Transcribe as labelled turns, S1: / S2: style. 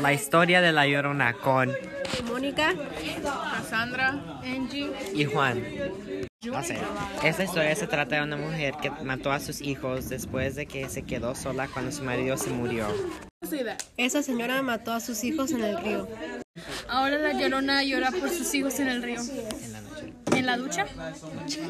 S1: La historia de la llorona con
S2: Mónica,
S3: Cassandra,
S2: Angie,
S1: y Juan. No sé. Esta historia se trata de una mujer que mató a sus hijos después de que se quedó sola cuando su marido se murió.
S2: esa señora mató a sus hijos en el río.
S4: Ahora la llorona llora por sus hijos en el río.
S1: En la noche.
S4: ¿En la ducha?